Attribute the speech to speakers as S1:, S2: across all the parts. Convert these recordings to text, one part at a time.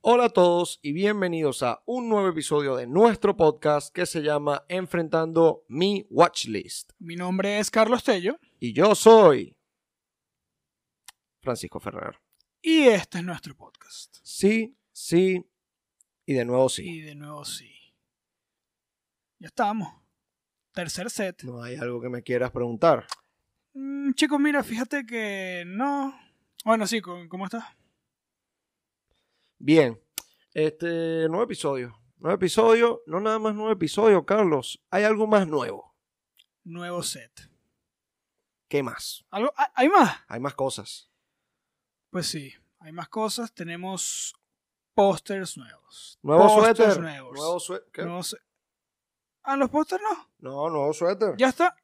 S1: Hola a todos y bienvenidos a un nuevo episodio de nuestro podcast que se llama Enfrentando mi Watchlist.
S2: Mi nombre es Carlos Tello
S1: Y yo soy Francisco Ferrer.
S2: y este es nuestro podcast.
S1: Sí, sí y de nuevo sí.
S2: Y de nuevo sí. Ya estamos. Tercer set.
S1: ¿No hay algo que me quieras preguntar?
S2: Mm, chicos, mira, fíjate que no. Bueno, sí, ¿cómo cómo estás?
S1: Bien, este nuevo episodio. Nuevo episodio, no nada más nuevo episodio, Carlos. Hay algo más nuevo.
S2: Nuevo set.
S1: ¿Qué más?
S2: ¿Algo? ah, ¿Hay más?
S1: Hay más cosas.
S2: Pues sí, hay más cosas. Tenemos pósters nuevos.
S1: Nuevo
S2: Pósters
S1: suéter.
S2: nuevos.
S1: Nuevo suéter. ¿Qué?
S2: Nuevos se- Ah, los pósters no.
S1: No, nuevo suéter.
S2: Ya está.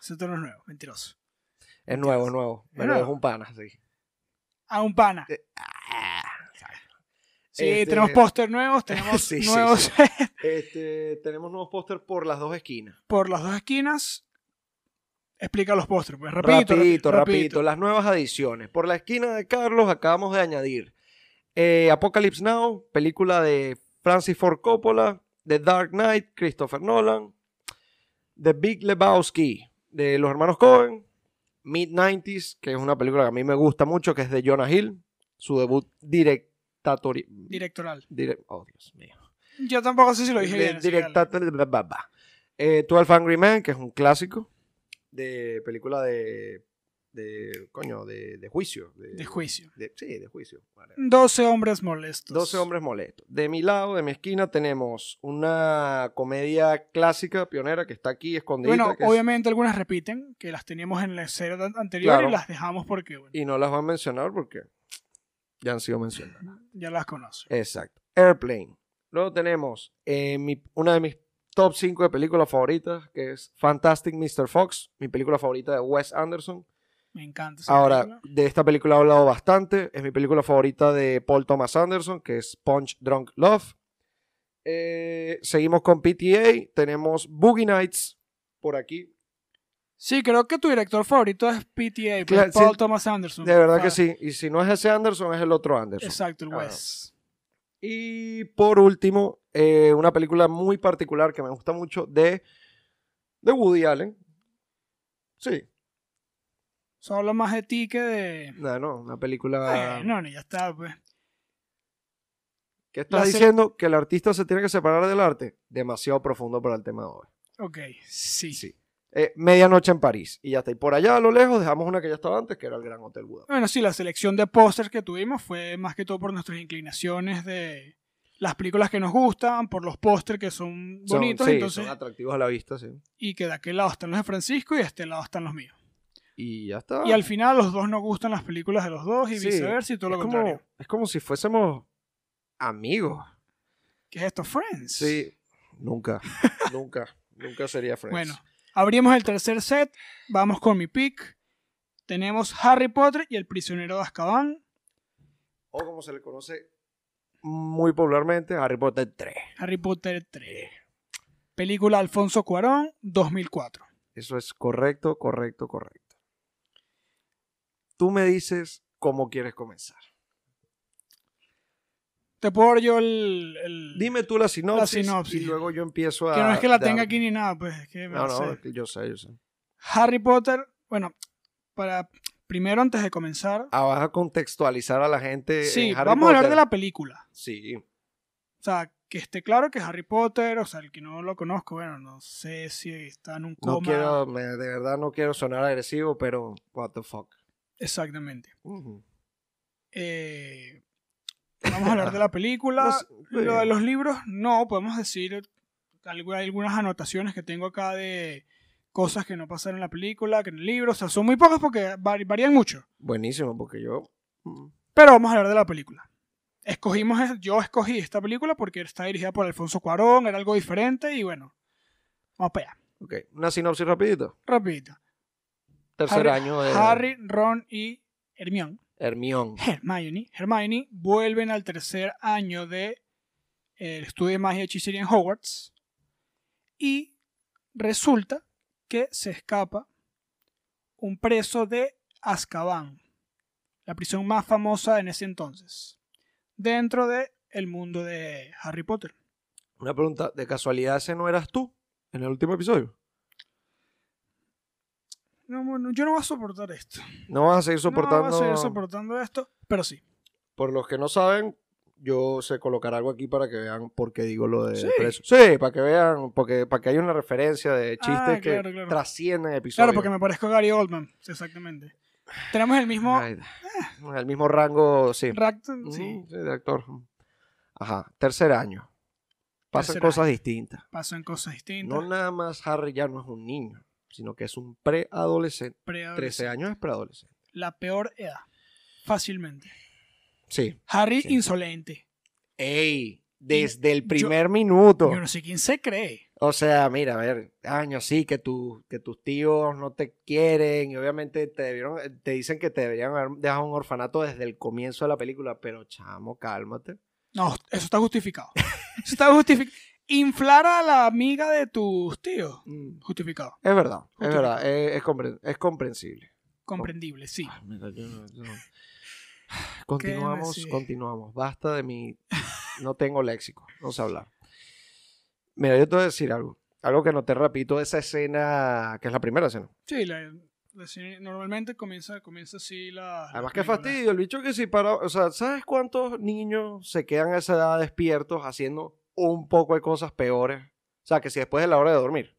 S2: Set no es nuevo. Mentiroso.
S1: Es nuevo, es nuevo. Me lo
S2: nuevo.
S1: dejó un pana, sí.
S2: A Ah, un pana.
S1: Eh,
S2: Sí,
S1: Este-
S2: tenemos póster nuevos, tenemos
S1: Sí, sí,
S2: nuevos
S1: sí. Este, tenemos nuevos póster por las dos esquinas.
S2: por las dos esquinas. Explica los pósteres, pues
S1: Rapidito,
S2: rapidito.
S1: rapidito,
S2: rapidito.
S1: Las nuevas adiciones. Por la esquina de Carlos acabamos de añadir eh, Apocalypse Now, película de Francis Ford Coppola, The Dark Knight, Christopher Nolan, The Big Lebowski, de los hermanos Cohen, Mid-90s, que es una película que a mí me gusta mucho, que es de Jonah Hill, su debut directatori...
S2: Directoral.
S1: direc- oh, Dios mío.
S2: Yo tampoco sé si lo dije
S1: de-
S2: bien. así que
S1: directa- bla, bla, bla. Eh, 12 Angry Men, que es un clásico de película de. de coño, de, de juicio. De,
S2: dale. De juicio.
S1: de- sí, de juicio. Vale.
S2: 12 hombres molestos.
S1: 12 hombres molestos. De mi lado, de mi esquina, tenemos una comedia clásica pionera que está aquí escondida.
S2: Bueno, obviamente algunas repiten, que las teníamos en la serie an- anterior
S1: Claro.
S2: y las dejamos porque bueno,
S1: Y no las van a mencionar porque ya han sido mencionadas.
S2: ya las conozco.
S1: Exacto. Airplane. Luego tenemos eh, mi- una de mis top 5 de películas favoritas, que es Fantastic Mr. Fox, mi película favorita de Wes Anderson.
S2: Me encanta. esa
S1: Ahora,
S2: película.
S1: de esta película he hablado bastante. Es mi película favorita de Paul Thomas Anderson, que es Punch Drunk Love. Eh, seguimos con PTA. Tenemos Boogie Nights por aquí.
S2: Sí, creo que tu director favorito es PTA, pues,
S1: Claro, sí,
S2: Paul Thomas Anderson.
S1: De verdad que
S2: Ah,
S1: sí. Y si no es ese Anderson, es el otro Anderson.
S2: Exacto, el
S1: Ah.
S2: Wes.
S1: Y por último, eh, una película muy particular que me gusta mucho de, de Woody Allen. Sí,
S2: Solo más de ti que de...
S1: no, no, una película...
S2: Bueno, ya está, pues.
S1: ¿Qué estás
S2: la se-
S1: diciendo? ¿Que el artista se tiene que separar del arte? Demasiado profundo para el tema de hoy.
S2: Ok, sí.
S1: Sí. Eh, medianoche en París. Y ya está. Y por allá, a lo lejos, dejamos una que ya estaba antes, que era el Gran Hotel Budapest.
S2: Bueno, sí, la selección de pósters que tuvimos fue más que todo por nuestras inclinaciones de las películas que nos gustan, por los pósters que son
S1: Son-
S2: bonitos,
S1: sí,
S2: entonces,
S1: son atractivos a la vista, sí.
S2: y que de aquel lado están los de Francisco y de este lado están los míos.
S1: Y ya está.
S2: Y al final los dos nos gustan las películas de los dos y
S1: Ah. Sí,
S2: viceversa y todo
S1: es
S2: lo
S1: como,
S2: contrario.
S1: es como si fuésemos amigos.
S2: ¿Qué es esto, Friends?
S1: Sí, nunca, nunca, nunca sería Friends.
S2: Bueno, abrimos el tercer set, vamos con mi pick. Tenemos Harry Potter y El prisionero de Azkaban,
S1: O como se le conoce muy popularmente, Harry Potter 3.
S2: Harry Potter 3. Película Alfonso Cuarón, 2004.
S1: Eso es correcto, correcto, correcto. Tú me dices cómo quieres comenzar.
S2: Te puedo dar yo el. el-
S1: Dime tú la sinopsis,
S2: Mm. sinopsis.
S1: y luego yo empiezo a...
S2: Que no es que la
S1: dar-
S2: tenga aquí ni nada, pues. es que me
S1: No,
S2: la
S1: no,
S2: sé.
S1: yo sé, yo sé.
S2: Harry Potter, bueno, para. Primero, antes de comenzar.
S1: Ah, vas a contextualizar a la gente.
S2: sí,
S1: Eh, en Harry
S2: vamos a hablar
S1: Potter.
S2: de la película.
S1: Sí,
S2: O sea, que esté claro que Harry Potter, o sea, el que no lo conozco, bueno, no sé si está en un
S1: no
S2: coma.
S1: quiero, me- de verdad no quiero sonar agresivo, pero what the fuck.
S2: Exactamente.
S1: Ujú.
S2: Eh, vamos a hablar de la película.
S1: No sé,
S2: Lo de los libros, no, podemos decir algu- algunas anotaciones que tengo acá de cosas que no pasaron en la película, que en el libro, o sea, son muy pocas porque vari- varían mucho.
S1: Buenísimo, porque yo... mm,
S2: Pero vamos a hablar de la película. Escogimos, es- yo escogí esta película porque está dirigida por Alfonso Cuarón, era algo diferente y bueno, vamos para allá,
S1: Ok, una sinopsis rapidito.
S2: rapidito.
S1: Tercer
S2: Harry-
S1: año de
S2: Harry, Ron y Hermione,
S1: Hermión.
S2: Hermione, Hermione vuelven al tercer año de eh, el estudio de magia y hechicería en Hogwarts y resulta que se escapa un preso de Azkaban, la prisión más famosa en ese entonces, dentro de el mundo de Harry Potter.
S1: Una pregunta, ¿de casualidad ese no eras tú en el último episodio?
S2: No, bueno, yo no voy a soportar esto.
S1: No vas a seguir soportando...
S2: No voy a seguir soportando esto, pero sí.
S1: Por los que no saben, yo sé colocar algo aquí para que vean por qué digo lo de
S2: Sí.
S1: preso. Sí, para que vean, porque para que haya una referencia de chistes
S2: Ah,
S1: que
S2: claro, claro.
S1: trascienden episodios.
S2: Claro, porque me parezco a Gary Oldman, sí, exactamente. Tenemos el mismo
S1: Ay, el mismo rango, sí.
S2: ract- sí,
S1: Mm, sí, de actor. Ajá, tercer año. Pasan
S2: Tercer
S1: cosas distintas.
S2: pasan cosas distintas.
S1: No nada más Harry ya no es un niño, sino que es un preadolescente.
S2: preadolescente.
S1: 13 años es preadolescente.
S2: La peor edad. Fácilmente.
S1: Sí.
S2: Harry
S1: Sí.
S2: insolente.
S1: Ey, desde el primer minuto.
S2: Yo no sé quién se cree.
S1: O sea, mira, a ver, años sí, que, tu- que tus tíos no te quieren y obviamente te, debieron, eh, te dicen que te deberían haber dejado en un orfanato desde el comienzo de la película, pero chamo, cálmate.
S2: No, eso está justificado. Eso está justificado. Inflar a la amiga de tus tíos. Justificado.
S1: Es verdad, es
S2: Justifica.
S1: verdad, eh, es, es compren- es comprensible.
S2: Comprendible, sí.
S1: Ay, mira, yo no- yo no- Continuamos,
S2: decir?
S1: continuamos. Basta de mi... No tengo léxico, no sé hablar. Mira, yo te voy a decir algo. Algo que noté rapidito de esa escena, que es la primera escena.
S2: Sí, la- la serie- normalmente comienza, comienza así la. la
S1: Además, qué
S2: película.
S1: fastidio, el bicho que si para. O sea, ¿sabes cuántos niños se quedan a esa edad despiertos haciendo un poco de cosas peores? O sea, que si después de la hora de dormir.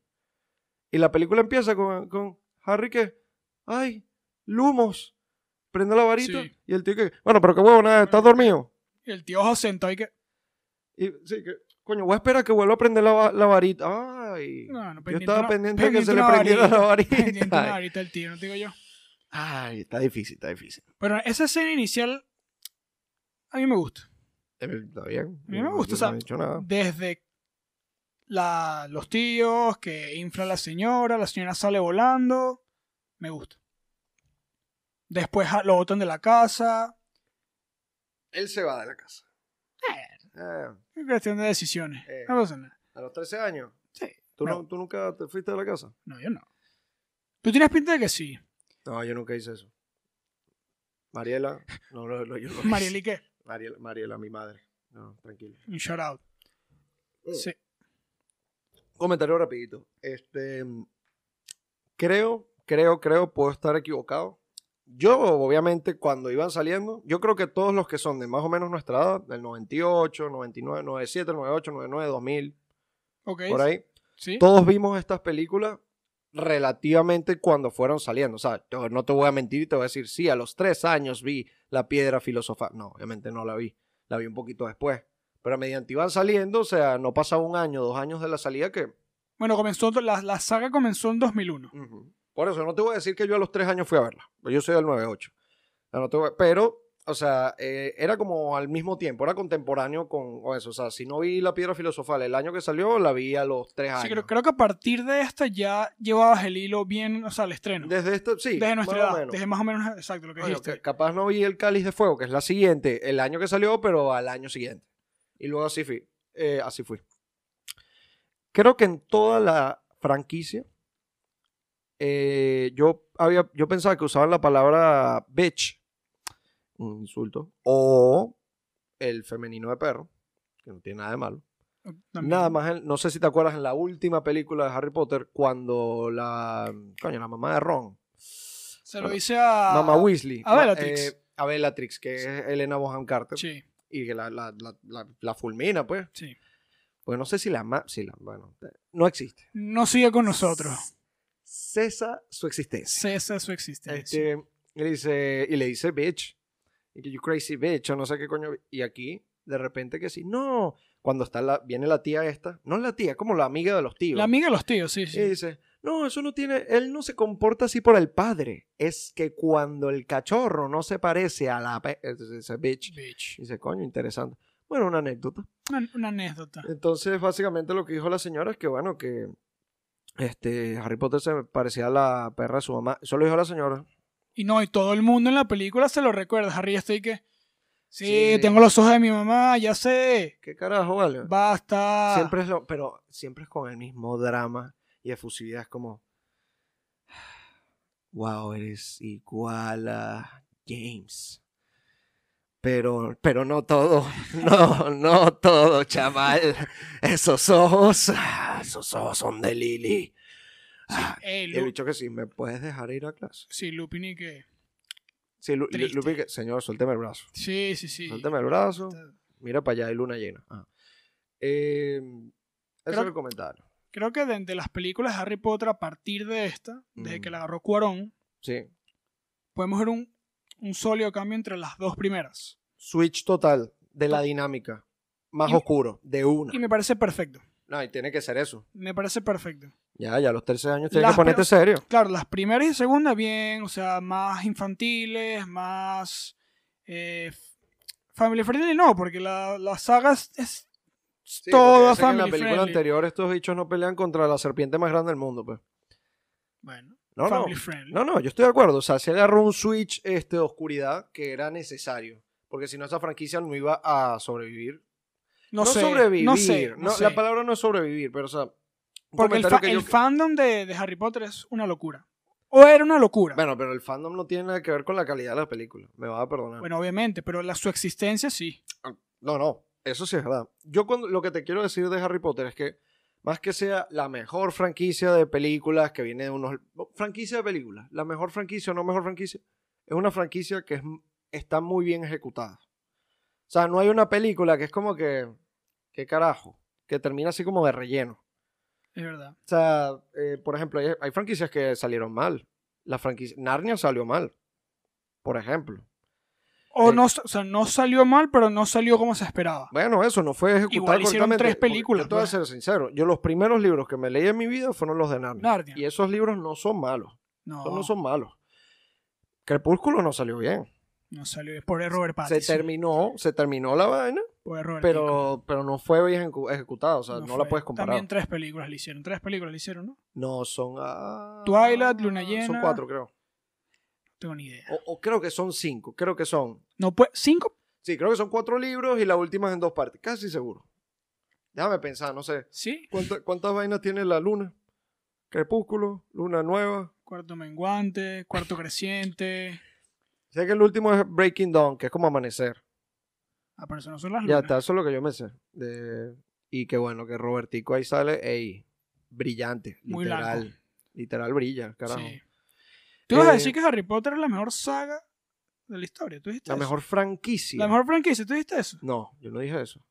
S1: Y la película empieza con, con Harry que. ¡Ay! ¡Lumos! Prende la varita.
S2: Sí.
S1: Y el tío que. Bueno, pero qué huevo, nada, estás dormido.
S2: Y El tío ojo sentado y que.
S1: Y sí, que. Coño, voy a esperar a que vuelva a prender la, va- la varita. ¡Ay!
S2: No, no,
S1: Yo
S2: pendiente
S1: estaba
S2: una-
S1: pendiente de que se le
S2: una
S1: prendiera la varita.
S2: Pendiente una varita el tío, no te digo yo.
S1: Ay, está difícil, está difícil.
S2: Pero esa escena inicial. A mí me gusta.
S1: Eh, Está bien.
S2: A mí me
S1: Yo-
S2: gusta,
S1: yo
S2: o sea,
S1: no he dicho nada.
S2: desde la, los tíos que infla a la señora, la señora sale volando, me gusta. Después ja- lo botan de la casa,
S1: Él se va de la casa. Eh,
S2: es cuestión de decisiones,
S1: Eh.
S2: no pasa nada.
S1: a los 13 años.
S2: Sí,
S1: ¿Tú,
S2: me-
S1: no- tú nunca te fuiste de la casa?
S2: no, yo no. Tú tienes pinta de que sí,
S1: No, yo nunca hice eso. Mariela, no, no, no, yo no hice.
S2: Marieli que,
S1: Mariela, Mariela, mi madre. No, tranquilo.
S2: un shout out.
S1: Mm.
S2: Sí,
S1: Comentario rapidito. Este, creo, creo, creo, puedo estar equivocado. Yo, obviamente, cuando iban saliendo, yo creo que todos los que son de más o menos nuestra edad, del 98, 99, 97, 98, 99, 2000,
S2: ok,
S1: por ahí,
S2: sí,
S1: todos vimos estas películas relativamente cuando fueron saliendo. O sea, yo no te voy a mentir y te voy a decir, sí, a los tres años vi La Piedra Filosofal. No, obviamente no la vi. La vi un poquito después. Pero mediante iban saliendo, o sea, no pasaba un año, dos años de la salida que...
S2: Bueno, comenzó, la, la saga comenzó en 2001.
S1: Ujú. Por eso, no te voy a decir que yo a los tres años fui a verla. Yo soy del 98. O sea, no te voy a- Pero, o sea, eh, era como al mismo tiempo, era contemporáneo con, con eso. O sea, si no vi La Piedra Filosofal el año que salió, la vi a los tres años.
S2: Sí, creo, creo que a partir de esta ya llevabas el hilo bien, o sea, al estreno.
S1: Desde esto, sí.
S2: Desde nuestra
S1: más o
S2: edad,
S1: menos.
S2: desde más o menos exacto lo que
S1: Coño,
S2: dijiste.
S1: ca- capaz no vi el Cáliz de Fuego, que es la siguiente, el año que salió, pero al año siguiente. Y luego así fui. eh, así fui. Creo que en toda la franquicia, eh, yo, había, yo pensaba que usaban la palabra bitch, un insulto, o el femenino de perro, que no tiene nada de malo.
S2: También.
S1: Nada más, en- no sé si te acuerdas en la última película de Harry Potter, cuando la, coño, la mamá de Ron.
S2: Se lo
S1: Bueno.
S2: dice a.
S1: Mamá Weasley.
S2: a
S1: Ma-
S2: Bellatrix.
S1: eh, a Bellatrix, que es Elena Bonham Carter.
S2: Sí,
S1: Y que la, la- la- la- la fulmina, pues.
S2: sí.
S1: Pues no sé si la... ma- Si la bueno, eh, no existe.
S2: No sigue con nosotros.
S1: Cesa su existencia.
S2: Cesa su existencia.
S1: Este, y, le dice, y le dice, bitch. Y que you crazy bitch, o no sé qué coño. Y aquí, de repente que sí, no. Cuando está la, viene la tía esta. No es la tía, es como la amiga de los tíos.
S2: La amiga de los tíos, sí,
S1: Y
S2: sí.
S1: dice, no, eso no tiene, él no se comporta así por el padre. Es que cuando el cachorro no se parece a la pe- ese bitch.
S2: Bitch.
S1: Dice, coño, interesante. Bueno, una anécdota.
S2: Una, una anécdota.
S1: Entonces, básicamente lo que dijo la señora es que, bueno, que este, Harry Potter se parecía a la perra de su mamá. Eso lo dijo la señora.
S2: Y no, y todo el mundo en la película se lo recuerda. Harry estoy que. Sí,
S1: Sí.
S2: tengo los ojos de mi mamá, ya sé.
S1: ¿Qué carajo, vale?
S2: Basta.
S1: Siempre es lo, pero siempre es con el mismo drama y efusividad. Es como, wow, eres igual a James. Pero, pero no todo, no, no todo, chaval. Esos ojos, ah, esos ojos son de Lily. Ah, y
S2: Eh,
S1: el
S2: Lu-
S1: bicho que sí, ¿me puedes dejar ir a clase?
S2: sí, Lupin y que.
S1: Sí, Lu- Lu-
S2: Triste.
S1: Lupi, que- señor, suélteme el brazo.
S2: Sí, sí, sí.
S1: Suélteme el brazo.
S2: Está-
S1: Mira para allá, hay luna llena. Ah. Eh,
S2: Creo
S1: ese es
S2: que-
S1: el comentario.
S2: Creo que de, de las películas de Harry Potter, a partir de esta, desde
S1: Mm.
S2: que la agarró Cuarón,
S1: Sí.
S2: podemos ver un, un sólido cambio entre las dos primeras.
S1: Switch total de la dinámica. Más
S2: Y-
S1: oscuro, de una.
S2: Y me parece perfecto.
S1: No, y tiene que ser eso.
S2: Me parece perfecto.
S1: Ya, ya a los 13 años tienes
S2: Las
S1: que ponerte
S2: pre-
S1: serio.
S2: Claro, las primeras y segundas bien, o sea, más infantiles, más eh, f- family friendly, no, porque la, la saga es, es
S1: Sí, porque
S2: toda
S1: dicen que En la
S2: family
S1: película
S2: friendly.
S1: anterior estos bichos no pelean contra la serpiente más grande del mundo, pues.
S2: Bueno,
S1: No, no.
S2: family friendly.
S1: No, no, yo estoy de acuerdo. O sea, se agarró un switch este, de oscuridad que era necesario. Porque si no, esa franquicia no iba a sobrevivir.
S2: No, sé,
S1: sobrevivir.
S2: no sé, no
S1: no-
S2: sé.
S1: La palabra no es sobrevivir, pero o sea. un
S2: porque el,
S1: comentario
S2: fa-
S1: que yo-
S2: el fandom de, de Harry Potter es una locura. O era una locura. Bueno,
S1: Bueno, pero el fandom no tiene nada que ver con la calidad de la película. Me vas a perdonar.
S2: obviamente, pero la, su existencia sí.
S1: No, no, eso sí es verdad. Yo cuando, lo que te quiero decir de Harry Potter es que más que sea la mejor franquicia de películas que viene de unos... Franquicia de películas, la mejor franquicia o no mejor franquicia, es una franquicia que es- está muy bien ejecutada. O sea, no hay una película que es como que... ¿Qué carajo? Que termina así como de relleno.
S2: Es verdad.
S1: O sea, eh, por ejemplo, hay, hay franquicias que salieron mal. La franquicia... Narnia salió mal, por ejemplo.
S2: O,
S1: Eh.
S2: no, sa- o sea, no salió mal, pero no salió como se esperaba.
S1: Bueno, eso no fue ejecutado
S2: Igual hicieron
S1: correctamente,
S2: tres
S1: porque
S2: películas,
S1: Yo te voy a
S2: pues.
S1: ser sincero. Yo los primeros libros que me leí en mi vida fueron los de Narnia.
S2: Narnia.
S1: Y esos libros no son malos.
S2: No,
S1: esos No son malos. Crepúsculo no salió bien.
S2: no salió. Es por Robert
S1: se
S2: Pattinson.
S1: terminó, se terminó la vaina,
S2: Por Robert Pico.
S1: pero, pero no fue bien ejecu- ejecutada. O sea, no, la
S2: fue.
S1: puedes comparar.
S2: También tres películas le hicieron. Tres películas le hicieron, ¿no?
S1: No, son... ah,
S2: Twilight, Luna
S1: Son
S2: Llena.
S1: cuatro, creo.
S2: No tengo ni idea.
S1: O, o creo que son cinco. Creo que son...
S2: No puede, cinco,
S1: Sí, creo que son cuatro libros y la última es en dos partes. Casi seguro. Déjame pensar, no sé.
S2: sí.
S1: ¿Cuánta- ¿Cuántas vainas tiene la luna? Crepúsculo, luna nueva.
S2: Cuarto menguante, cuarto creciente.
S1: Sé que el último es Breaking Dawn, que es como amanecer.
S2: Ah, pero eso no son las
S1: Ya
S2: lunas.
S1: está, eso es lo que yo me sé. De- Y qué bueno que Robertico ahí sale, ey, brillante,
S2: Muy
S1: literal.
S2: largo.
S1: Literal brilla, carajo.
S2: Sí. Tú vas a
S1: Eh,
S2: decir que Harry Potter es la mejor saga de la historia. ¿Tú dijiste
S1: La
S2: eso?
S1: mejor franquicia.
S2: La mejor franquicia. ¿Tú dijiste eso?
S1: No, yo no dije eso.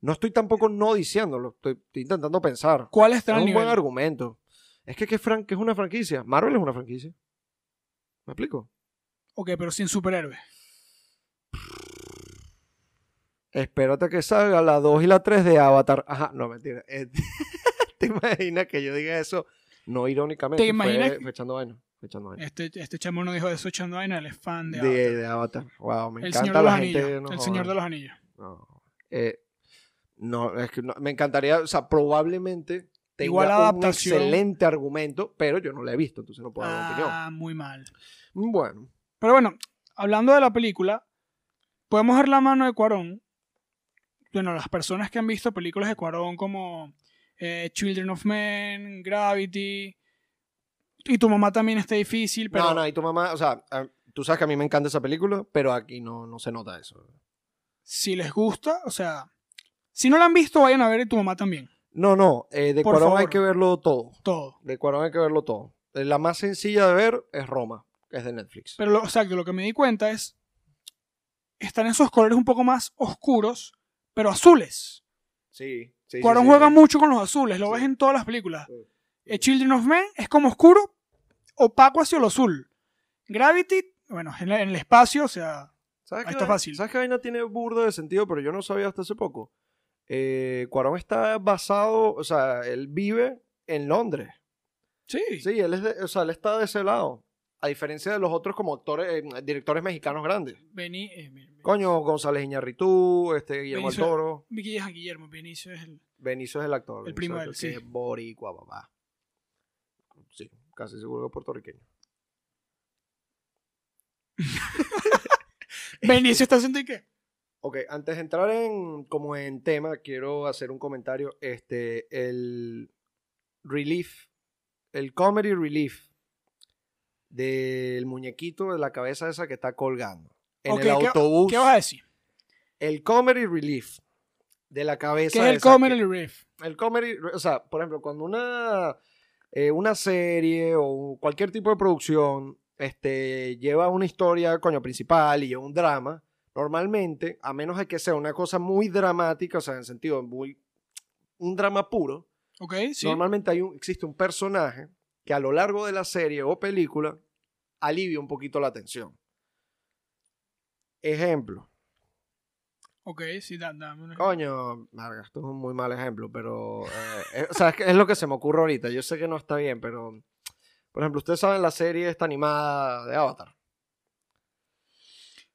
S1: No estoy tampoco no diciéndolo, estoy, estoy intentando pensar.
S2: ¿Cuál está
S1: Es
S2: en el
S1: un buen
S2: nivel?
S1: argumento. Es que ¿qué fran- qué es una franquicia? Marvel es una franquicia. ¿Me explico?
S2: Ok, pero sin superhéroes.
S1: Espérate que salga la 2 y la 3 de Avatar. Ajá, no, mentira. Eh, ¿Te imaginas que yo diga eso? No irónicamente.
S2: ¿Te imaginas
S1: Fue,
S2: que-
S1: fue echando vaina. Fue echando vaina.
S2: Este, este chamo no dijo de eso echando vaina, él es fan de
S1: De,
S2: Avatar.
S1: de Avatar. Wow, me
S2: El Señor
S1: encanta
S2: de los
S1: la gente.
S2: Anillos.
S1: no
S2: el
S1: joda.
S2: Señor de los Anillos.
S1: No, eh, no, es que no- me encantaría. O sea, probablemente tenga
S2: Igual
S1: un
S2: adaptación.
S1: excelente argumento, pero yo no la he visto, entonces no puedo dar una
S2: Ah, muy mal.
S1: opinión. Bueno,
S2: Pero bueno, hablando de la película, podemos ver la mano de Cuarón. Bueno, las personas que han visto películas de Cuarón como eh, Children of Men, Gravity. Y tu mamá también está difícil, pero
S1: no, no, y tu mamá, o sea, ah, tú sabes que a mí me encanta esa película, pero aquí no, no se nota eso.
S2: si les gusta, o sea, si no la han visto, vayan a ver y tu mamá también.
S1: No, no, eh, de
S2: Por
S1: Cuarón hay
S2: favor.
S1: que verlo todo.
S2: Todo.
S1: De Cuarón hay que verlo todo. Eh, La más sencilla de ver es Roma, que es de Netflix.
S2: Pero lo, exacto, lo que me di cuenta es. Están esos colores un poco más oscuros, pero azules.
S1: sí, sí.
S2: Cuarón
S1: sí, sí,
S2: juega
S1: sí.
S2: mucho con los azules, lo
S1: Sí.
S2: ves en todas las películas.
S1: Sí.
S2: Eh, Children of Men es como oscuro, opaco hacia lo azul. Gravity, bueno, en, la- en el espacio, o sea,
S1: ¿Sabes
S2: Ahí
S1: qué
S2: ah, está
S1: vaina-
S2: fácil.
S1: ¿Sabes qué vaina tiene burda de sentido? Pero yo no sabía hasta hace poco. Eh, Cuarón está basado, o sea, él vive en Londres.
S2: sí.
S1: Sí, él, es de- o sea, él está de ese lado. A diferencia de los otros como actores, eh, directores mexicanos grandes.
S2: Beni, eh, Beni-
S1: Coño, González Iñarritu, este, Guillermo del
S2: Benicio-
S1: Toro.
S2: Vicky es Guillermo, Benicio es el...
S1: Benicio es el actor. Benicio
S2: El primo
S1: es
S2: de él,
S1: que
S2: sí.
S1: Es boricua, papá. Sí, casi seguro que es puertorriqueño.
S2: Benicio está haciendo y qué.
S1: Ok, antes de entrar en como en tema, quiero hacer un comentario. Este, el relief, el comedy relief del muñequito de la cabeza esa que está colgando. en
S2: Ok,
S1: el
S2: ¿qué-
S1: autobús
S2: ¿Qué vas a decir?
S1: el comedy relief de la cabeza
S2: ¿Qué es
S1: de
S2: el
S1: Zac
S2: Comedy Relief?
S1: el comedy, o sea, por ejemplo, cuando una, eh, una serie o cualquier tipo de producción este, lleva una historia, coño, principal y lleva un drama, normalmente, a menos de que sea una cosa muy dramática, o sea, en el sentido muy, un drama puro,
S2: Ok, sí.
S1: normalmente hay un, existe un personaje que a lo largo de la serie o película alivia un poquito la tensión. Ejemplo,
S2: Ok, sí, da- dame un ejemplo.
S1: Coño, Marga, esto es un muy mal ejemplo, pero. eh, es, o sea, es, que es lo que se me ocurre ahorita. Yo sé que no está bien, pero. Por ejemplo, ustedes saben la serie esta animada de Avatar.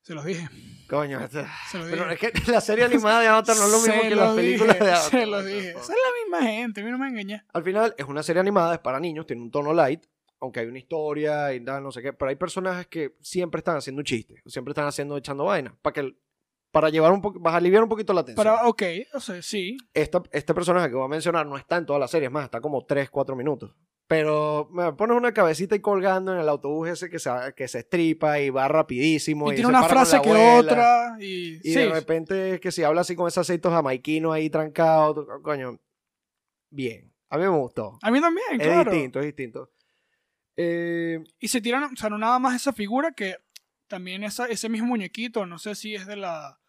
S2: Se los dije.
S1: Coño, este-
S2: Se los dije.
S1: pero es que la serie animada de Avatar no es lo mismo
S2: Se
S1: que las
S2: los
S1: películas
S2: dije,
S1: de Avatar.
S2: Se los
S1: o sea,
S2: dije.
S1: por-
S2: Esa es la misma gente, a mí no me engañé.
S1: Al final, es una serie animada, es para niños, tiene un tono light, aunque hay una historia y nada, no sé qué. Pero hay personajes que siempre están haciendo un chiste, siempre están haciendo, echando vaina, para que. el- Para llevar un poco, para aliviar un poquito la tensión.
S2: Pero, ok, o sea, sí.
S1: esta, este personaje que voy a mencionar no está en toda la serie, es más, está como 3, 4 minutos. Pero me pones una cabecita y colgando en el autobús ese que se, que se estripa y va rapidísimo.
S2: Y, tiene
S1: se
S2: una
S1: para con
S2: frase
S1: la
S2: que
S1: abuela.
S2: otra. Y,
S1: Y
S2: sí,
S1: de repente es que si habla así con ese aceito jamaiquino ahí trancado, tú- coño, bien. A mí me gustó.
S2: a mí también,
S1: Es
S2: claro.
S1: distinto, es distinto. Eh,
S2: Y se tiran, o sea, no nada más esa figura que también esa, ese mismo muñequito, no sé si es de la...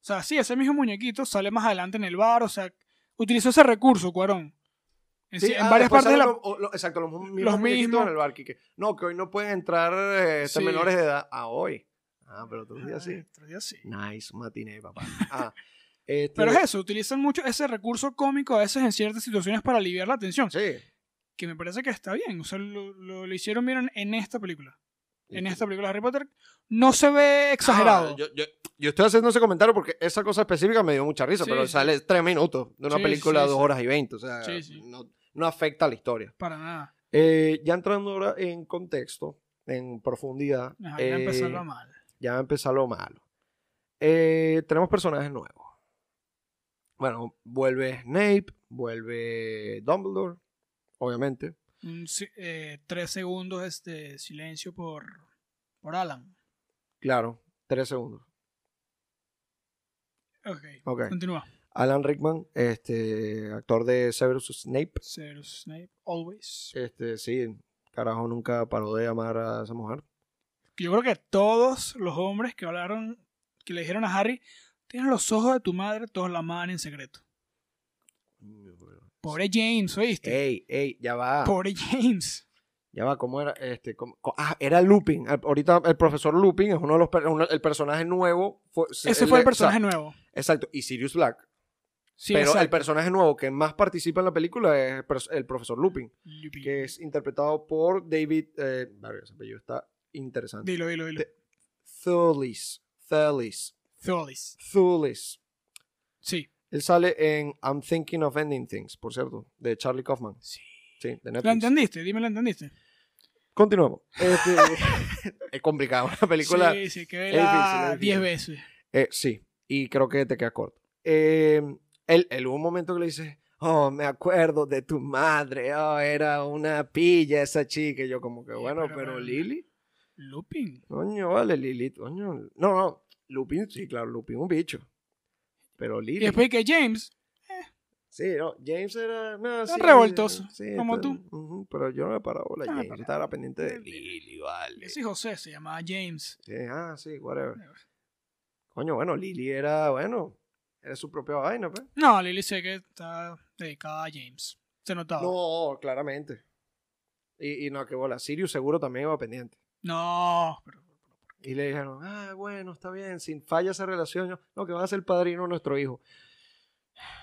S2: O sea, sí, ese mismo muñequito sale más adelante en el bar, o sea, utilizó ese recurso, Cuarón. En,
S1: Sí,
S2: sí- en
S1: ah,
S2: varias
S1: después
S2: partes de la...
S1: salen los- o- los- exacto, los mismos
S2: los
S1: muñequitos
S2: mismos.
S1: en el bar, Quique. No, que hoy no pueden entrar eh, este,
S2: Sí.
S1: menores de edad. Ah, hoy. Ah, pero tú días sí.
S2: Ay, otro día sí.
S1: Nice, matiné, papá. Ah, este,
S2: Pero es eso, utilizan mucho ese recurso cómico a veces en ciertas situaciones para aliviar la tensión,
S1: Sí.
S2: que me parece que está bien, o sea, lo, lo- lo hicieron bien en- en esta película. En esta película de Harry Potter no se ve exagerado.
S1: Ah, yo, yo- yo estoy haciendo ese comentario porque esa cosa específica me dio mucha risa,
S2: Sí,
S1: pero
S2: sí.
S1: sale tres minutos de una
S2: Sí,
S1: película de
S2: sí,
S1: dos
S2: sí.
S1: horas y veinte. O sea,
S2: Sí, sí.
S1: No, no afecta a la historia.
S2: Para nada.
S1: Eh, ya entrando ahora en contexto, en profundidad,
S2: Ajá, ya
S1: eh,
S2: empezarlo mal.
S1: ya va a empezar lo malo. Eh, tenemos personajes nuevos. Bueno, vuelve Snape, vuelve Dumbledore, obviamente.
S2: Un si- eh, tres segundos este silencio por, por Alan.
S1: Claro, tres segundos.
S2: Ok,
S1: Ok.
S2: continúa.
S1: Alan Rickman, este, actor de Severus Snape.
S2: Severus Snape, always.
S1: Este, sí, carajo, nunca paró de amar a esa mujer.
S2: Yo creo que todos los hombres que hablaron, que le dijeron a Harry, tienes los ojos de tu madre, todos la aman en secreto. Pobre James, ¿oíste?
S1: Ey, ey, ya va.
S2: Pobre James.
S1: Ya va, ¿cómo era? Este, cómo- co- Ah, era Lupin. Al- Ahorita el profesor Lupin es uno de los... per- uno- el personaje nuevo. Fue,
S2: Ese fue
S1: o
S2: el
S1: sea,
S2: personaje nuevo.
S1: Exacto, y Sirius Black.
S2: Sí,
S1: Pero el
S2: exacto.
S1: personaje nuevo que más participa en la película es el pers- el profesor Lupin,
S2: Yupi.
S1: que es interpretado por David. Eh, verga, ese apellido está interesante.
S2: Dilo, dilo, dilo.
S1: de- Thulis. Thulis.
S2: Tholis.
S1: Thulis.
S2: Sí.
S1: Él sale en I'm Thinking of Ending Things, por cierto, de Charlie Kaufman.
S2: sí.
S1: Sí, de
S2: ¿La
S1: Netflix.
S2: entendiste? Dime, ¿la entendiste?
S1: Continuamos. Este, es complicado, una película.
S2: Sí, sí, que
S1: es difícil,
S2: vela
S1: es
S2: 10
S1: difícil.
S2: veces.
S1: Eh, sí, y creo que te queda corto. Eh, él, él hubo un momento que le dice, oh, me acuerdo de tu madre, oh, era una pilla esa chica. Y yo como que,
S2: Sí,
S1: bueno,
S2: pero-
S1: pero
S2: pero-
S1: Lili,
S2: Lupin.
S1: coño, vale, Lili, coño. No, no, Lupin, sí, claro, Lupin un bicho. Pero
S2: Y
S1: Lili,
S2: después que James,
S1: sí, no, James era... No, sí,
S2: revoltoso,
S1: sí,
S2: como
S1: está-
S2: tú.
S1: ujú, pero yo no me paraba bola,
S2: No me
S1: James, yo
S2: paraba.
S1: estaba pendiente de Lili, vale.
S2: ese José se llamaba James.
S1: Sí, ah, sí, whatever. Coño, bueno, Lili era, bueno, era su propia vaina, pues.
S2: No, Lily sé que está dedicada a James. Se notaba. No,
S1: No, claramente. Y, y no, que bola. Sirius seguro también iba pendiente.
S2: pero,
S1: Y le dijeron, ah, bueno, está bien, sin falla esa relación, yo- no, que va a ser padrino de nuestro hijo.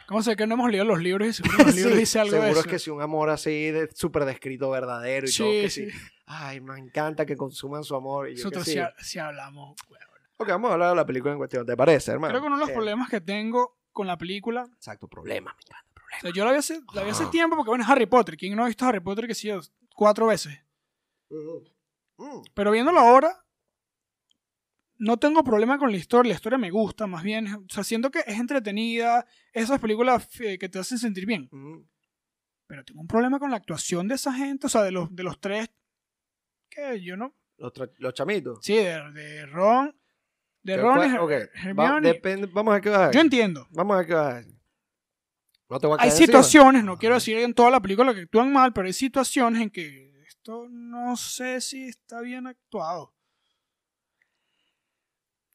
S2: ¿cómo sé que no hemos leído los libros y seguro los libros
S1: Sí,
S2: dice algo
S1: seguro
S2: de eso?
S1: es que si un amor así, de, súper descrito, verdadero y
S2: Sí,
S1: todo, que sí.
S2: sí.
S1: Ay, me encanta que consuman su amor. Y yo que
S2: Nosotros
S1: sí.
S2: sí, ha- sí hablamos. weón.
S1: Ok, vamos a hablar de la película en cuestión, ¿te parece, hermano?
S2: Creo que uno de los
S1: Eh,
S2: problemas que tengo con la película,
S1: Exacto, problema, me encanta.
S2: o sea, yo la vi, hace, la vi hace
S1: Ah.
S2: tiempo porque, bueno, es Harry Potter. ¿Quién no ha visto Harry Potter que sí, cuatro veces?
S1: Mm,
S2: Pero viéndolo ahora, no tengo problema con la historia. La historia me gusta, más bien. O sea, siento que es entretenida. Esas películas eh, que te hacen sentir bien.
S1: mm.
S2: Pero tengo un problema con la actuación de esa gente. O sea, de los, de los tres. Que yo no.
S1: Los, tra- los chamitos.
S2: Sí, de, de Ron, De
S1: ¿Cuál-
S2: Ron y Her-
S1: ok, va-
S2: Hermione.
S1: depende- vamos a ver qué vas a
S2: Yo
S1: decir.
S2: entiendo.
S1: Vamos a ver qué vas a decir. No te voy a
S2: Hay
S1: caer encima.
S2: situaciones, no quiero decir en toda la película que actúan mal, pero hay situaciones en que esto no sé si está bien actuado.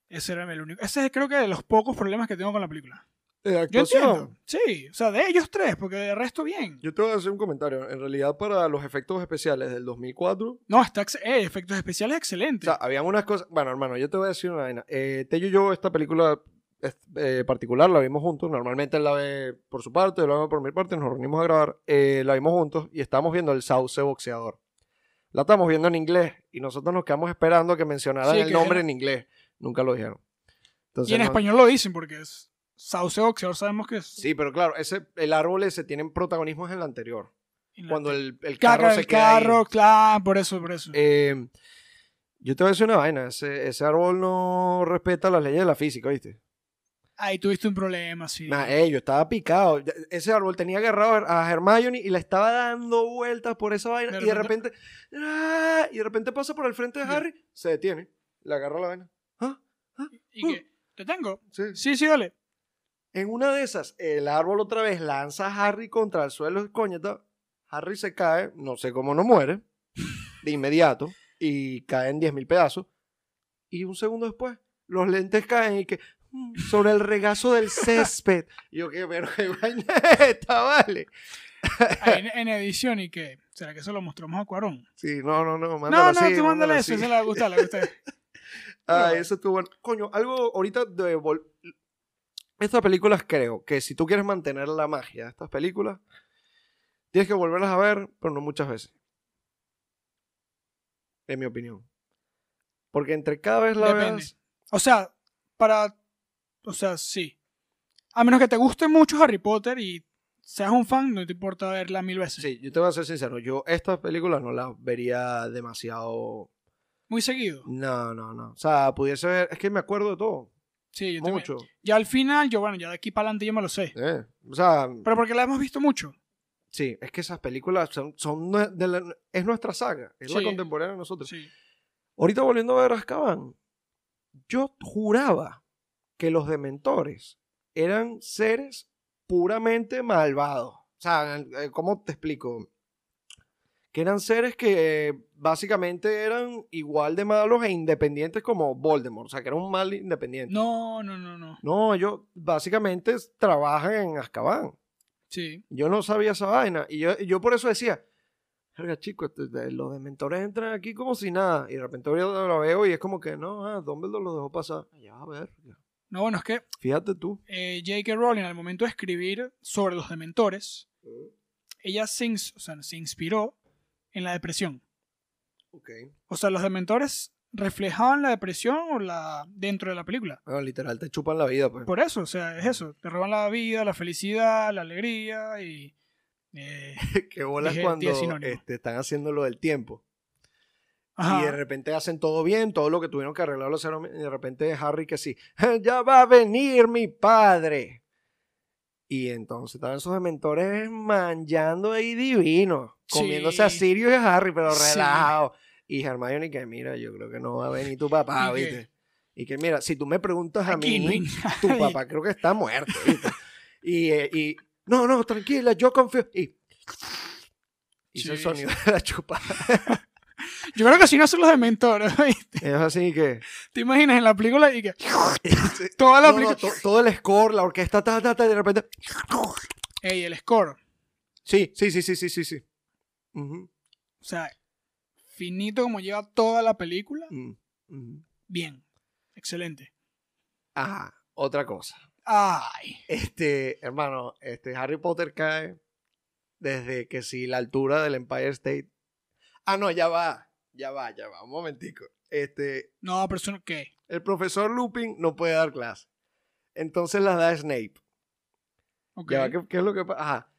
S2: Ese era el único. Ese es creo que de los pocos problemas que tengo con la película.
S1: Eh,
S2: Yo
S1: actuación.
S2: entiendo. Sí, o sea, de ellos tres, porque de resto bien.
S1: Yo te voy a hacer un comentario. En realidad, para los efectos especiales del 2004,
S2: No, está ex- eh, efectos especiales
S1: o
S2: excelentes.
S1: sea, habían unas cosas. Bueno, hermano, yo te voy a decir una vaina. Eh, Tello y yo, esta película es- eh, particular, la vimos juntos. Normalmente él la ve por su parte, yo la veo por mi parte, nos reunimos a grabar. Eh, la vimos juntos y estábamos viendo el sauce boxeador. La estamos viendo en inglés y nosotros nos quedamos esperando que mencionaran
S2: Sí,
S1: el
S2: que-
S1: nombre en inglés. Nunca lo dijeron. Entonces,
S2: y en
S1: no-
S2: español lo dicen porque es sauce boxeador, sabemos que es.
S1: Sí, pero claro, ese, el árbol ese tiene protagonismo en el anterior.
S2: en la-
S1: Cuando el, el
S2: Caca
S1: carro
S2: del
S1: se queda ahí.
S2: carro, claro, por eso, por eso.
S1: Eh, yo te voy a decir una vaina. Ese, ese árbol no respeta las leyes de la física, ¿viste?
S2: Ahí tuviste un problema, sí.
S1: Nah, eh, yo estaba picado. Ya- Ese árbol tenía agarrado a Hermione y la estaba dando vueltas por esa vaina.
S2: De
S1: y de repente. ¡ah! Y de repente pasa por el frente de
S2: Ya.
S1: Harry, se detiene. Le agarra la vaina. ¿Ah?
S2: Y que, ¿te tengo?
S1: Sí.
S2: Sí, sí, dale.
S1: En una de esas, el árbol otra vez lanza a Harry contra el suelo, coñeta. Harry se cae, no sé cómo no muere, de inmediato, y cae en 10.000 pedazos. Y un segundo después, los lentes caen y que mm, sobre el regazo del césped. Y yo, qué pero qué vaina es esta, vale.
S2: Ahí en, en edición y que, ¿será que se lo mostramos a Cuarón?
S1: Sí, no, no, no,
S2: No,
S1: mándalo
S2: no,
S1: así,
S2: tú
S1: mándalo
S2: mándale eso,
S1: así.
S2: se le va a gustar, le va a gustar.
S1: Ah,
S2: Pero-
S1: eso estuvo bueno. Coño, algo ahorita de... vol- Estas películas creo que si tú quieres mantener la magia de estas películas, tienes que volverlas a ver, pero no muchas veces. En mi opinión. Porque entre cada vez la
S2: Depende.
S1: veas...
S2: O sea, para. O sea, sí. A menos que te guste mucho Harry Potter y seas un fan, no te importa verla mil veces.
S1: Sí, yo te voy a ser sincero. Yo estas películas no las vería demasiado...
S2: Muy seguido.
S1: No, no, no. O sea, pudiese ver... Es que me acuerdo de todo.
S2: Sí, yo también.
S1: Mucho.
S2: Ya al final, yo, bueno, ya de aquí para adelante yo me lo sé.
S1: Eh, O sea,
S2: Pero porque la hemos visto mucho.
S1: sí. Es que esas películas son... son nue- de la- es nuestra saga. Es la
S2: Sí.
S1: contemporánea de nosotros.
S2: Sí.
S1: Ahorita volviendo a ver Azkaban, yo juraba que los dementores eran seres puramente malvados. O sea, eh, ¿cómo te explico? Que eran seres que eh, básicamente eran igual de malos e independientes como Voldemort. O sea, que era un mal independiente. No,
S2: No, no, no, no.
S1: ellos básicamente s- trabajan en Azkaban.
S2: Sí.
S1: Yo no sabía esa vaina. Y yo, y yo por eso decía, verga, este, chicos, los dementores entran aquí como si nada. Y de repente yo lo veo y es como que, no, ah, Dumbledore los dejó pasar. Ya, a ver.
S2: No, bueno, es que
S1: Fíjate tú.
S2: eh, J.K. Rowling al momento de escribir sobre los dementores, ella se, ins- o sea, se inspiró en la depresión.
S1: Ok.
S2: O sea, los dementores reflejaban la depresión o la dentro de la película.
S1: Bueno, literal, te chupan la vida, pues.
S2: Por eso, o sea, es eso. Te roban la vida, la felicidad, la alegría y... eh,
S1: que bolas
S2: Dije
S1: cuando
S2: 10 sinónimos.
S1: este, están haciendo lo del tiempo.
S2: ajá.
S1: Y de repente hacen todo bien, todo lo que tuvieron que arreglar los héroes, Y de repente Harry que sí, "Eh, ya va a venir mi padre. Y entonces estaban sus mentores manchando ahí divino,
S2: Sí.
S1: comiéndose a Sirius y a Harry, pero
S2: Sí.
S1: relajado. Y Hermione que mira, yo creo que no va a venir tu papá,
S2: ¿Y qué?
S1: ¿viste? Y que mira, si tú me preguntas a
S2: Aquí
S1: mí,
S2: no hay
S1: tu
S2: nadie.
S1: papá creo que está muerto. ¿viste? Y, eh, y, no, no, tranquila, yo confío. Y hizo el
S2: Sí,
S1: sonido de la chupa.
S2: Yo creo que si no son los dementores, ¿oíste?
S1: Es así que...
S2: ¿Te imaginas en la película y que... Toda la
S1: No, no,
S2: película...
S1: to- todo el score, la orquesta, ta, ta, ta, y de repente.
S2: Ey, el score.
S1: Sí, sí, sí, sí, sí, sí. sí. Ujú,
S2: O sea, finito como lleva toda la película.
S1: mm, ujú.
S2: Bien. Excelente.
S1: Ajá, otra cosa.
S2: Ay.
S1: Este, hermano, este Harry Potter cae desde que si la altura del Empire State. Ah, no, ya va, ya va, ya va, un momentico. Este,
S2: No, pero eso no... ¿Qué?
S1: el profesor Lupin no puede dar clase. Entonces las da Snape.
S2: Ok.
S1: Ya va, ¿qué, qué es lo que pasa? Ajá.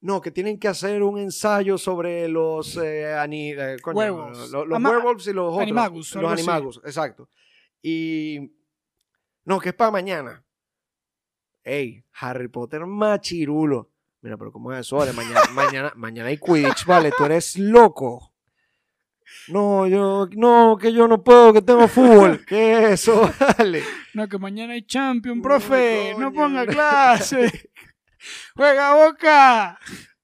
S1: No, que tienen que hacer un ensayo sobre los eh, ani- eh, coño,
S2: Werewolves.
S1: lo- lo- Los,
S2: Ama-
S1: werewolves y los otros.
S2: animagus,
S1: Los
S2: algo así.
S1: animagus, exacto. Y. No, que es para mañana. Ey, Harry Potter machirulo. Mira, pero ¿cómo es eso? Vale, mañana, mañana, mañana hay Quidditch, vale, tú eres loco. No, yo, no, que yo no puedo, que tengo fútbol. ¿Qué es eso? Vale.
S2: No, que mañana hay
S1: No,
S2: champion, profe.
S1: coño.
S2: No ponga clase. Juega boca.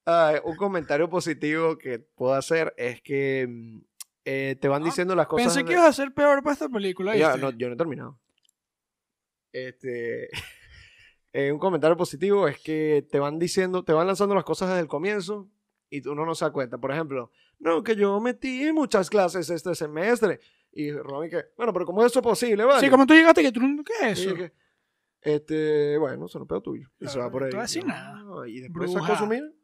S1: Ay, un comentario positivo que puedo hacer es que mm, eh, te van
S2: Ah,
S1: diciendo las cosas.
S2: Pensé que
S1: de-
S2: ibas a ser peor para esta película.
S1: Ya,
S2: ¿viste?
S1: no, yo no he terminado. Este, eh, un comentario positivo es que te van diciendo, te van lanzando las cosas desde el comienzo y tú- uno no se da cuenta. Por ejemplo, no, que yo metí muchas clases este semestre. Y Ronnie que, bueno, pero ¿cómo es eso posible? Vale?
S2: Sí, como tú llegaste, que tú no. ¿Qué es
S1: Y
S2: eso?
S1: que, este, bueno, se lo pedo tuyo. Y se va
S2: Claro,
S1: por
S2: no
S1: ahí.
S2: te va a decir
S1: No,
S2: nada.
S1: Y después a
S2: Bruja.
S1: consumir.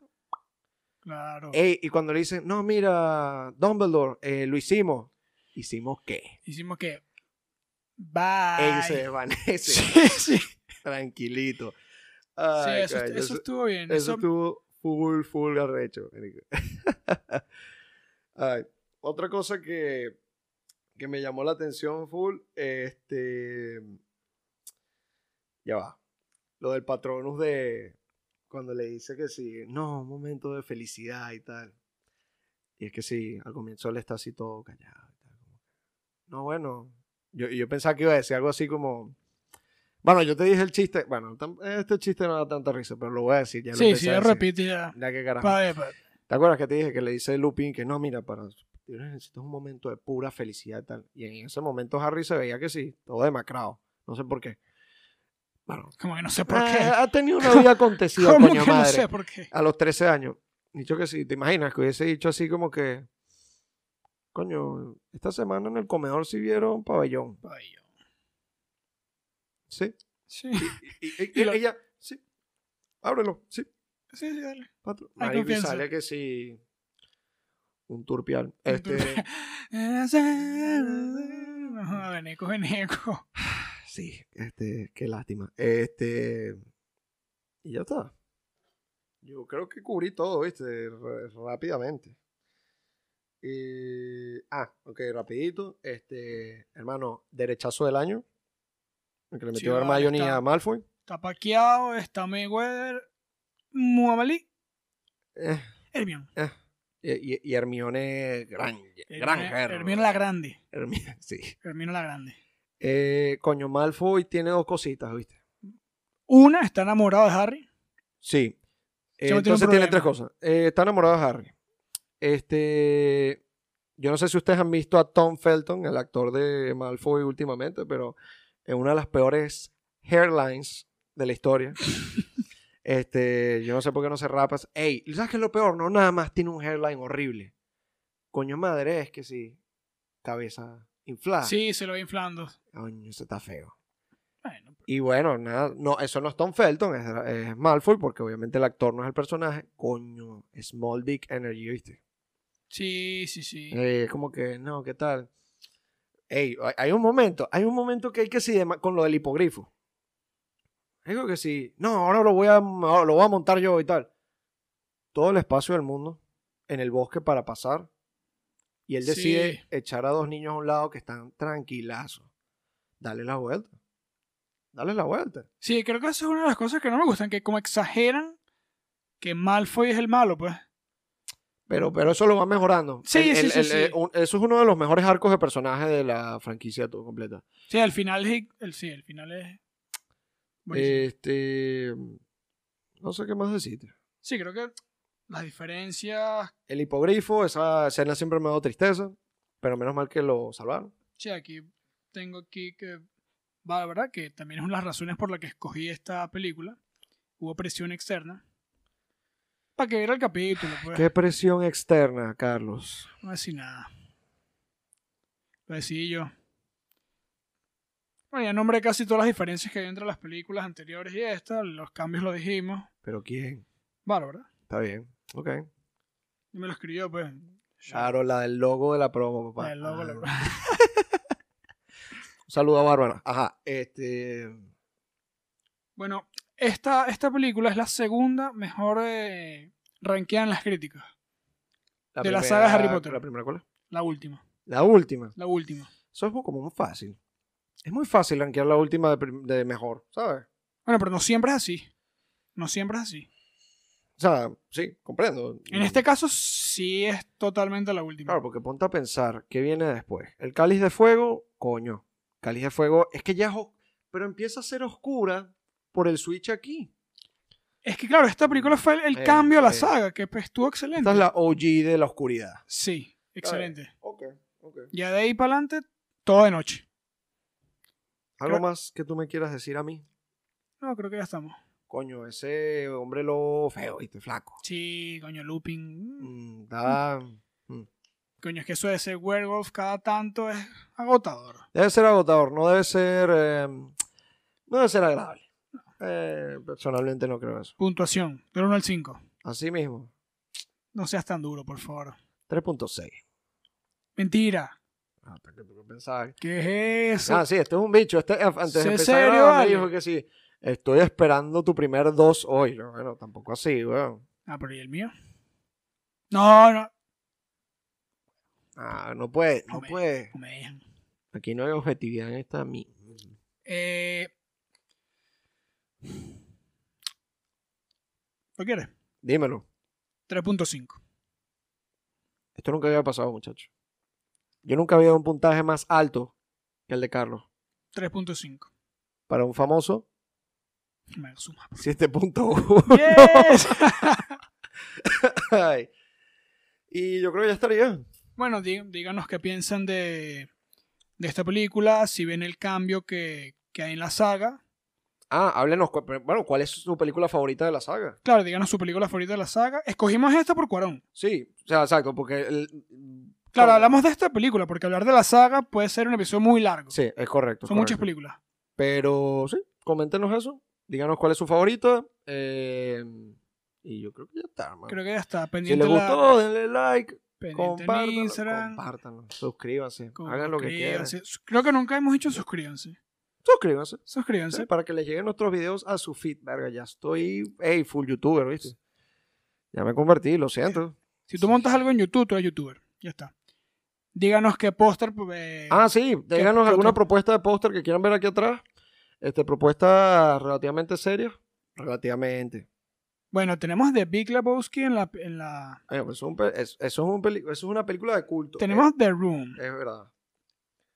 S2: Claro.
S1: Ey, y cuando le dicen, no, mira, Dumbledore, eh, lo hicimos. ¿Hicimos qué?
S2: Hicimos que.
S1: Ey,
S2: Bye.
S1: se desvanece.
S2: sí, sí.
S1: Tranquilito.
S2: Sí,
S1: Ay,
S2: eso,
S1: coño,
S2: eso estuvo bien.
S1: eso
S2: Eso,
S1: estuvo full, full arrecho. marico. Ay, otra cosa que, que me llamó la atención full, este... Ya va. Lo del patronus de... Cuando le dice que sí, no, un momento de felicidad y tal. Y es que sí, al comienzo él está así todo callado. y tal, como, No, bueno, yo, yo pensaba que iba a decir algo así como... Bueno, yo te dije el chiste. Bueno, tam- este chiste no da tanta risa, pero lo voy a decir. Ya lo Ah.
S2: sí,
S1: empecé
S2: sí,
S1: a
S2: ya
S1: decir.
S2: repite ya.
S1: Ya que carajo.
S2: Pa- pa-
S1: ¿Te acuerdas que te dije que le dice Lupin que no, mira, para yo necesito un momento de pura felicidad y tal? Y en ese momento Harry se veía que sí, todo demacrado. No sé por qué. Bueno,
S2: Como que no sé por qué.
S1: ah, ha tenido una vida acontecida,
S2: Como que
S1: coño
S2: no
S1: madre.
S2: sé por qué.
S1: A los 13 años. Dicho que sí, ¿te imaginas que hubiese dicho así como que, coño, esta semana en el comedor sí vieron pabellón?
S2: Ay, yo-
S1: Sí.
S2: Sí,
S1: Y, y- y
S2: Y lo-
S1: ella, sí. Ábrelo, sí.
S2: sí, sí, dale.
S1: Patro.
S2: Hay
S1: Marico, y
S2: confianza.
S1: sale que sí. Un turpial. Este.
S2: Ajá, Veneco, veneco.
S1: Sí, este, qué lástima. Este. Y ya está. Yo creo que cubrí todo, viste, R- rápidamente. Y- ah, ok, rapidito. Este, hermano, derechazo del año. El que le
S2: Sí,
S1: metió a
S2: vale,
S1: Hermione y
S2: está.
S1: a Malfoy.
S2: Está paqueado, está Mayweather, Muamali,
S1: Eh,
S2: Hermione.
S1: eh. Y, y- y Hermione Granger.
S2: Hermione-
S1: Granger.
S2: Hermione la Grande.
S1: Hermione, sí.
S2: Hermione la Grande.
S1: Eh, coño, Malfoy tiene dos cositas, ¿viste?
S2: Una está enamorado de Harry.
S1: Sí. Eh,
S2: Chamo tiene un
S1: entonces tiene
S2: problema.
S1: tres cosas. Eh, está enamorado de Harry. Este. Yo no sé si ustedes han visto a Tom Felton, el actor de Malfoy últimamente, pero es una de las peores hairlines de la historia. este, yo no sé por qué no se rapas. Ey, ¿sabes qué es lo peor? No, nada más tiene un hairline horrible. Coño madre, es que sí. Cabeza inflada.
S2: Sí, se lo va inflando.
S1: Coño, eso está feo.
S2: Bueno,
S1: Y bueno, nada, no, eso no es Tom Felton, es, es Malfoy, porque obviamente el actor no es el personaje. Coño, Small Dick Energy, ¿viste?
S2: sí, sí, sí.
S1: Eh, como que, no, ¿qué tal? Ey, hay- hay un momento, hay un momento que hay que sí, de ma- con lo del hipogrifo. Digo que sí, no, ahora lo voy a, lo voy a montar yo y tal. Todo el espacio del mundo en el bosque para pasar. Y él
S2: Sí.
S1: decide echar a dos niños a un lado que están tranquilazos. Dale la vuelta. Dale la vuelta.
S2: Sí, creo que esa es una de las cosas que no me gustan, que como exageran que Malfoy es el malo, pues.
S1: Pero, pero eso lo va mejorando.
S2: Sí,
S1: El-
S2: sí,
S1: el-
S2: sí,
S1: el-
S2: sí.
S1: eh, un- eso es uno de los mejores arcos de personajes de la franquicia toda completa.
S2: Sí, al final es... El, sí, al final es... buenísimo.
S1: Este. No sé qué más decirte.
S2: Sí, creo que las diferencias...
S1: El hipogrifo, esa escena siempre me ha dado tristeza. Pero menos mal que lo salvaron.
S2: Sí, aquí tengo aquí que... Va, la verdad que también es una de las razones por las que escogí esta película. Hubo presión externa. Para que viera el capítulo, pues.
S1: Qué presión externa, Carlos.
S2: No decí nada. Lo decidí yo. Bueno, ya nombré casi todas las diferencias que hay entre las películas anteriores y esta. Los cambios los dijimos.
S1: Pero quién.
S2: Bárbara.
S1: Está bien. Ok.
S2: Y me lo escribió, pues. yo.
S1: Claro, la del logo de la promo, papá.
S2: El logo, la-
S1: Ah. Un saludo a Bárbara. Ajá. Este.
S2: Bueno, esta, esta película es la segunda mejor eh, rankeada en las críticas. De la saga de Harry Potter.
S1: ¿La primera cuál es?
S2: La última.
S1: La última.
S2: La última.
S1: Eso es como muy fácil. Es muy fácil rankear la última de, prim- de mejor, ¿sabes?
S2: Bueno, pero no siempre es así. No siempre es así. O
S1: sea, sí, comprendo.
S2: En este caso sí es totalmente la última.
S1: Mm. Claro, porque ponte a pensar, ¿qué viene después? El cáliz de fuego, coño. Cáliz de fuego, es que ya es. os- Pero empieza a ser oscura por el switch aquí.
S2: Es que claro, esta película fue el, el
S1: Eh,
S2: cambio a la
S1: eh.
S2: saga, que pues, estuvo excelente.
S1: Esta es la OG de la oscuridad.
S2: Sí, excelente.
S1: Ok, ok.
S2: Ya de ahí para adelante, todo de noche.
S1: ¿Algo
S2: Creo-
S1: más que tú me quieras decir a mí?
S2: No, creo que ya estamos.
S1: Coño, ese hombre lo feo, y flaco.
S2: Sí, coño, looping.
S1: Mm, da-
S2: Coño, es que eso de ser werewolf cada tanto es agotador.
S1: Debe ser agotador, no debe ser. eh, no debe ser agradable. Eh, personalmente no creo eso.
S2: Puntuación, del 1 al 5.
S1: Así mismo,
S2: No seas tan duro, por favor.
S1: 3.6.
S2: Mentira.
S1: Hasta Ah, que tú que pensabas.
S2: ¿Qué es eso?
S1: Ah, sí, este es un bicho. Este, a- antes
S2: ¿Sé
S1: de empezar a
S2: serio,
S1: grabar,
S2: vale?
S1: me dijo que sí. Estoy esperando tu primer dos hoy. Yo, Bueno, tampoco así, weón.
S2: Ah, pero ¿y el mío? No, no.
S1: Ah, no puede, no
S2: Hombre.
S1: puede.
S2: No me dejan.
S1: Aquí no hay objetividad en esta mi.
S2: Eh... ¿Lo quieres?
S1: Dímelo.
S2: 3.5.
S1: Esto nunca había pasado, muchacho. Yo nunca había dado un puntaje más alto que el de Carlos.
S2: 3.5.
S1: Para un famoso,
S2: Me suma.
S1: 7.1.
S2: Yes.
S1: Ay. Y yo creo que ya estaría.
S2: bueno, dí- díganos qué piensan de, de esta película, si ven el cambio que, que hay en la saga.
S1: Ah, háblenos. cu- pero, Bueno, ¿cuál es su película favorita de la saga?
S2: Claro, díganos su película favorita de la saga. Escogimos esta por Cuarón.
S1: Sí, o sea, exacto, porque. el-
S2: Claro,
S1: son-
S2: hablamos de esta película, porque hablar de la saga puede ser un episodio muy largo.
S1: Sí, es correcto. es
S2: Son muchas
S1: correcto.
S2: películas.
S1: Pero sí, coméntenos eso. Díganos cuál es su favorita. eh, y yo creo que ya está, hermano.
S2: Creo que ya está.
S1: si
S2: Pendiente,
S1: les
S2: la-
S1: gustó, denle like,
S2: pendiente en
S1: compártanlo,
S2: Instagram.
S1: compártanlo, suscríbanse, hagan lo que quieran.
S2: Suscríbanse. Creo que nunca hemos dicho suscríbanse.
S1: Suscríbanse.
S2: Suscríbanse.
S1: Sí, Para que les lleguen nuestros videos a su feed, verga. Ya estoy, hey, full youtuber, ¿viste? Ya me convertí, lo siento.
S2: Si tú montas algo en YouTube, tú eres youtuber. Ya está. Díganos qué póster. pues, eh,
S1: Ah, sí, díganos
S2: qué
S1: alguna
S2: otro?
S1: propuesta de póster que quieran ver aquí atrás. Este, propuestas relativamente serias. Relativamente.
S2: Bueno, tenemos The Big Lebowski en la. En la
S1: Ay, pues, es un pe- es- eso, es un peli- eso es una película de culto.
S2: tenemos The Room.
S1: Es, es verdad.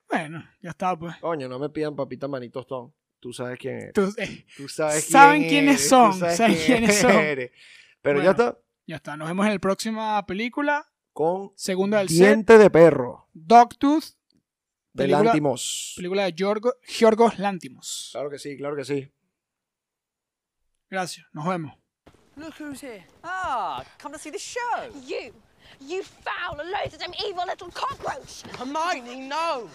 S2: Bueno, ya está, pues.
S1: Coño, no me pidan papita manito Stone. Tú sabes quién eres.
S2: Tú- eh,
S1: Tú sabes quién
S2: Saben quiénes
S1: eres, tú
S2: son,
S1: sabes
S2: saben
S1: quién
S2: quiénes son.
S1: eres. Pero ya
S2: Bueno.
S1: está.
S2: ya está. Nos vemos en la próxima película.
S1: Con
S2: Segunda del set.
S1: Diente de Perro.
S2: Dogtooth.
S1: Del
S2: Película-
S1: Antimos.
S2: Película de Yorgo- Yorgos Lantimos.
S1: Claro que sí, claro que sí.
S2: Gracias. Nos vemos.
S3: Look who's here. Ah, come to see the show.
S4: You, you foul, loathsome, evil little cockroach!
S3: Hermione, no.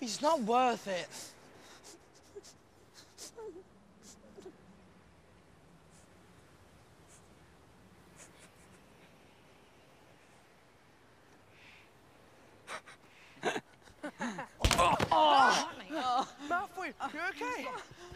S3: He's not worth it. oh. Malfoy, you okay?